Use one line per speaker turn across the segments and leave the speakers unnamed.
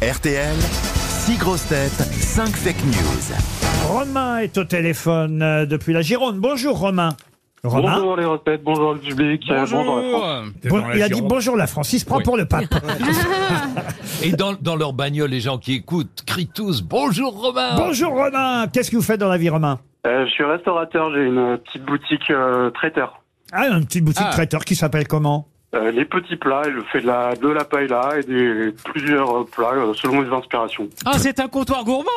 RTL, 6 grosses têtes, 5 fake news.
Romain est au téléphone euh, depuis la Gironde. Bonjour Romain. Romain.
Bonjour les recettes, bonjour le public, euh, bonjour, la France.
Bon, il a dit bonjour la France, il se prend
Oui.
pour le pape.
Et dans, dans leur bagnole, les gens qui écoutent crient tous Bonjour Romain
bonjour Romain, qu'est-ce que vous faites dans la vie Romain
Euh, je suis restaurateur, j'ai une petite boutique euh, traiteur.
Ah, une petite boutique
Ah.
traiteur qui s'appelle comment
Euh, les petits plats, je fais de la, de la paella et des, plusieurs euh, plats euh, selon mes inspirations.
Ah, c'est un comptoir gourmand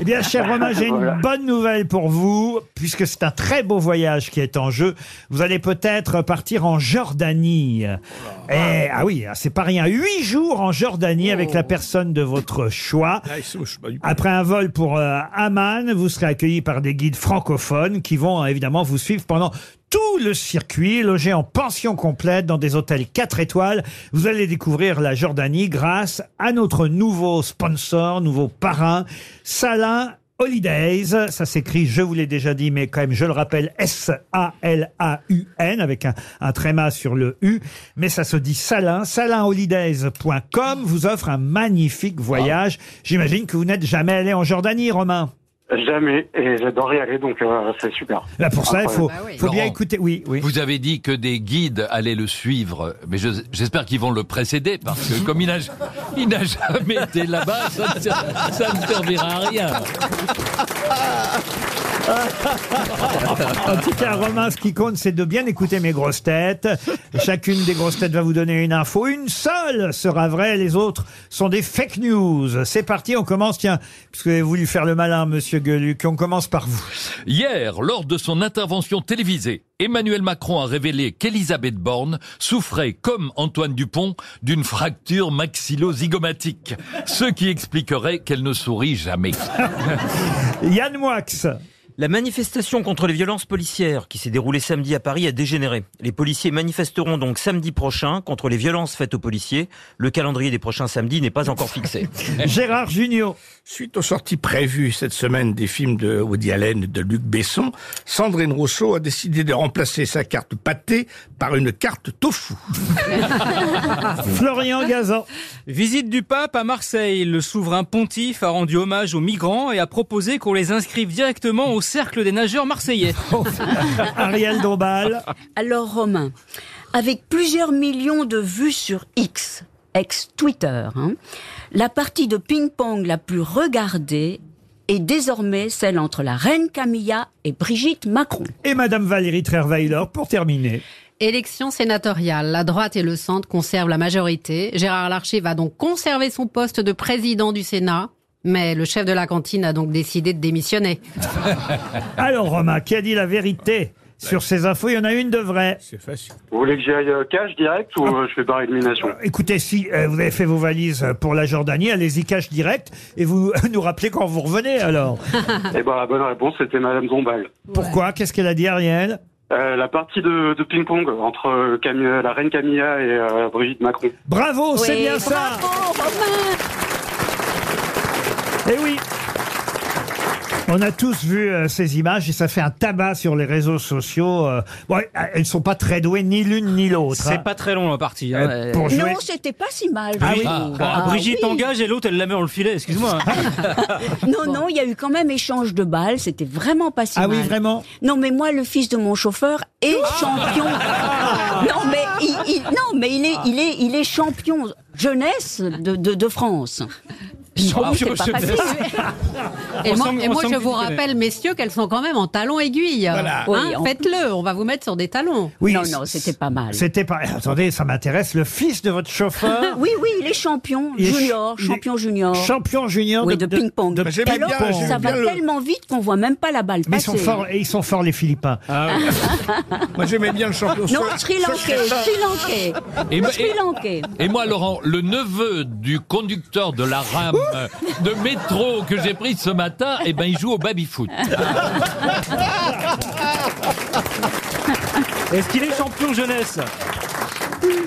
Eh bien, cher Romain, j'ai
Voilà.
une bonne nouvelle pour vous, puisque c'est un très beau voyage qui est en jeu. Vous allez peut-être partir en Jordanie. Eh, ah oui, ah, c'est pas rien. Huit jours en Jordanie avec la personne de votre choix.
Ah, bah,
Après un vol pour euh, Amman, vous serez accueilli par des guides francophones qui vont euh, évidemment vous suivre pendant tout le circuit, logé en pension complète dans des hôtels 4 étoiles. Vous allez découvrir la Jordanie grâce à notre nouveau sponsor, nouveau parrain, Salin Holidays. Ça s'écrit, je vous l'ai déjà dit, mais quand même, je le rappelle, S-A-L-A-U-N avec un, un tréma sur le U. Mais ça se dit Salin. Salinholidays.com vous offre un magnifique voyage. J'imagine que vous n'êtes jamais allé en Jordanie, Romain.
Jamais, et j'adore y aller, donc euh, c'est super.
Là, pour ça, il faut,
Incroyable.
faut bien
Laurent.
écouter. Oui, oui.
Vous avez dit que des guides allaient le suivre, mais je- j'espère qu'ils vont le précéder parce que comme il n'a il n'a jamais été là-bas, ça ne, ser- ça ne servira à rien.
En tout cas, Romain, ce qui compte, c'est de bien écouter mes grosses têtes. Chacune des grosses têtes va vous donner une info. Une seule sera vraie, les autres sont des fake news. C'est parti, on commence, tiens, parce que vous avez voulu faire le malin, monsieur Gueuluc, on commence par vous.
Hier, lors de son intervention télévisée, Emmanuel Macron a révélé qu'Elisabeth Borne souffrait, comme Antoine Dupont, d'une fracture maxillo-zygomatique, ce qui expliquerait qu'elle ne sourit jamais.
Yann Moix,
La manifestation contre les violences policières qui s'est déroulée samedi à Paris a dégénéré. Les policiers manifesteront donc samedi prochain contre les violences faites aux policiers. Le calendrier des prochains samedis n'est pas encore fixé.
Gérard Junior,
Suite aux sorties prévues cette semaine des films de Woody Allen et de Luc Besson, Sandrine Rousseau a décidé de remplacer sa carte pâté par une carte tofu.
Florian Gazan,
Visite du pape à Marseille. Le souverain pontife a rendu hommage aux migrants et a proposé qu'on les inscrive directement au cercle des nageurs marseillais.
Ariel Dombal,
Alors Romain, avec plusieurs millions de vues sur X, ex-Twitter, hein, la partie de ping-pong la plus regardée est désormais celle entre la reine Camilla et Brigitte Macron.
et Madame Valérie Trerweiler pour terminer.
Élection sénatoriale. La droite et le centre conservent la majorité. Gérard Larcher va donc conserver son poste de président du Sénat. Mais le chef de la cantine a donc décidé de démissionner.
Alors, Romain, qui a dit la vérité sur ces infos Il y en a une de vraie.
C'est facile.
Vous voulez que j'y aille euh, cash direct ou euh, je fais par élimination
Écoutez, si euh, vous avez fait vos valises euh, pour la Jordanie, allez-y cash direct et vous nous rappelez quand vous revenez alors.
Eh ben la bonne réponse c'était Madame Dombal.
Pourquoi Qu'est-ce qu'elle a dit Ariel
Euh, la partie de, de ping-pong entre euh, Cam- euh, la reine Camilla et euh, Brigitte Macron.
Bravo, c'est
Oui,
bien ça
bravo, Romain
Eh oui on a tous vu euh, ces images et ça fait un tabac sur les réseaux sociaux. euh. bon, euh, elles sont pas très douées ni l'une ni l'autre. hein.
C'est pas très long la partie. hein.
Euh, pour jouer.
Non, c'était pas si mal.
Ah oui.
je
Eh,
trouve.
Ah,
bah,
Ah
Brigitte
oui.
engage et l'autre elle la met dans le filet, excuse-moi. hein.
Non, non, il y a eu quand même échange de balles, c'était vraiment pas si
Ah
mal.
oui, vraiment Ah.
Non, mais moi, le fils de mon chauffeur est champion. Non, mais il, il- non, mais il est, il est, il est champion jeunesse de, de, de France.
Champion
C'est pas
jeunesse.
facile.
Et
On
moi,
sent-
et
on
moi,
sent
je
que tu
vous
connais.
rappelle, messieurs, qu'elles sont quand même en talons aiguilles.
Voilà.
Hein,
Oui, en-
Faites-le, on va vous mettre sur des talons.
Oui.
non, non, c'était pas mal.
C'était pas. Attendez, ça m'intéresse. Le fils de votre chauffeur,
Ah Oui, oui, il est champion
Il est
junior,
ch- il est
champion junior.
champion junior
oui, de, ping-pong.
de
Bah, j'aimais
Alors,
bien, j'aimais
ça va
bien le-
tellement vite qu'on voit même pas la balle
Mais ils
passer.
sont forts, et ils sont forts les Philippins.
Ah.
Moi j'aimais bien le champion.
Non,
Soit-
Sri Lankais, Sri Lankais,
Et, ma-
Sri Lankais.
Et moi, Laurent, le neveu du conducteur de la rame euh, de métro que j'ai pris ce matin, eh ben, il joue au baby-foot.
Est-ce qu'il est champion jeunesse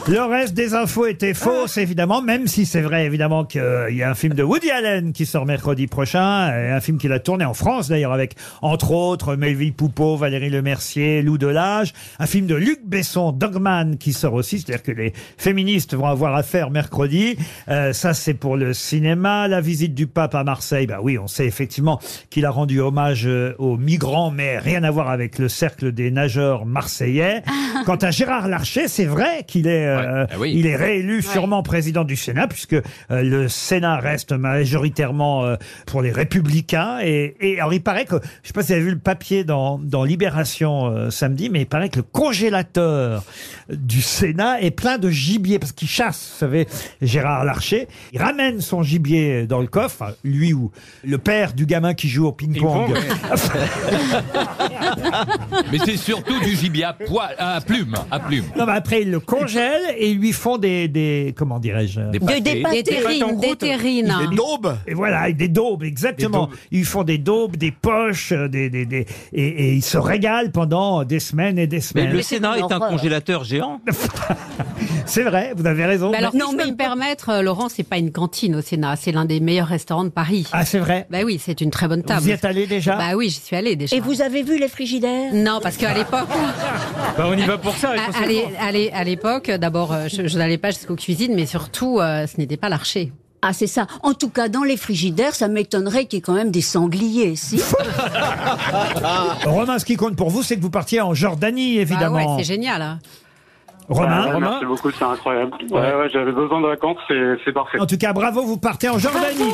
Le reste des infos était
Ah.
fausse, évidemment, même si c'est vrai, évidemment, qu'il y a un film de Woody Allen qui sort mercredi prochain, et un film qu'il a tourné en France, d'ailleurs, avec, entre autres, Melville Poupeau, Valérie Lemercier, Lou Delage, un film de Luc Besson, Dogman, qui sort aussi, c'est-à-dire que les féministes vont avoir affaire mercredi. Euh, ça, c'est pour le cinéma. La visite du pape à Marseille, bah oui, on sait effectivement qu'il a rendu hommage euh, aux migrants, mais rien à voir avec le cercle des nageurs marseillais. Quant à Gérard Larcher, c'est vrai qu'il est, euh,
ah oui.
il est réélu sûrement président du Sénat, puisque euh, le Sénat reste majoritairement euh, pour les républicains. Et, et alors, il paraît que, je ne sais pas si vous avez vu le papier dans, dans Libération euh, samedi, mais il paraît que le congélateur du Sénat est plein de gibier, parce qu'il chasse, vous savez, Gérard Larcher. Il ramène son gibier dans le coffre, enfin, lui ou le père du gamin qui joue au ping-pong.
Mais c'est surtout du gibier à, poil, à plume, à plume.
Non, mais après, ils le congèlent et ils lui font des. des comment dirais-je
Des pâtés. Des
Des terrines, des terrines. hein.
daubes
Et voilà, et des daubes, exactement. Ils font des daubes, des poches, euh, des, des, des- et, et ils se régalent pendant des semaines et des
Mais
semaines.
le Sénat est un congélateur géant.
C'est vrai, vous avez raison.
Mais alors,
Non,
si je
mais
peux
il
me
peut-
permettre, euh, Laurent, c'est pas une cantine au Sénat, c'est l'un des meilleurs restaurants de Paris.
ah, c'est vrai.
Bah oui, c'est une très bonne table.
Vous y êtes allé déjà
Bah oui, j'y suis allée déjà.
Et vous avez vu les frigidaires
Non, parce qu'à l'époque, Bah,
Bah, on y va pour ça.
à,
Ah,
à l'é- à l'é- Ah, à l'époque, d'abord, euh, je, je n'allais pas jusqu'aux cuisines, mais surtout, euh, ce n'était pas l'archer.
Ah, c'est ça. En tout cas, dans les frigidaires, ça m'étonnerait qu'il y ait quand même des sangliers, si
Romain, ce qui compte pour vous, c'est que vous partiez en Jordanie,
Bah ouais,
évidemment.
c'est génial. hein.
Bah,
Romain
Ouais, Ah, Merci beaucoup, c'est incroyable. Ouais, ouais, j'avais besoin de vacances, c'est c'est parfait.
en tout cas, bravo, vous partez en Jordanie.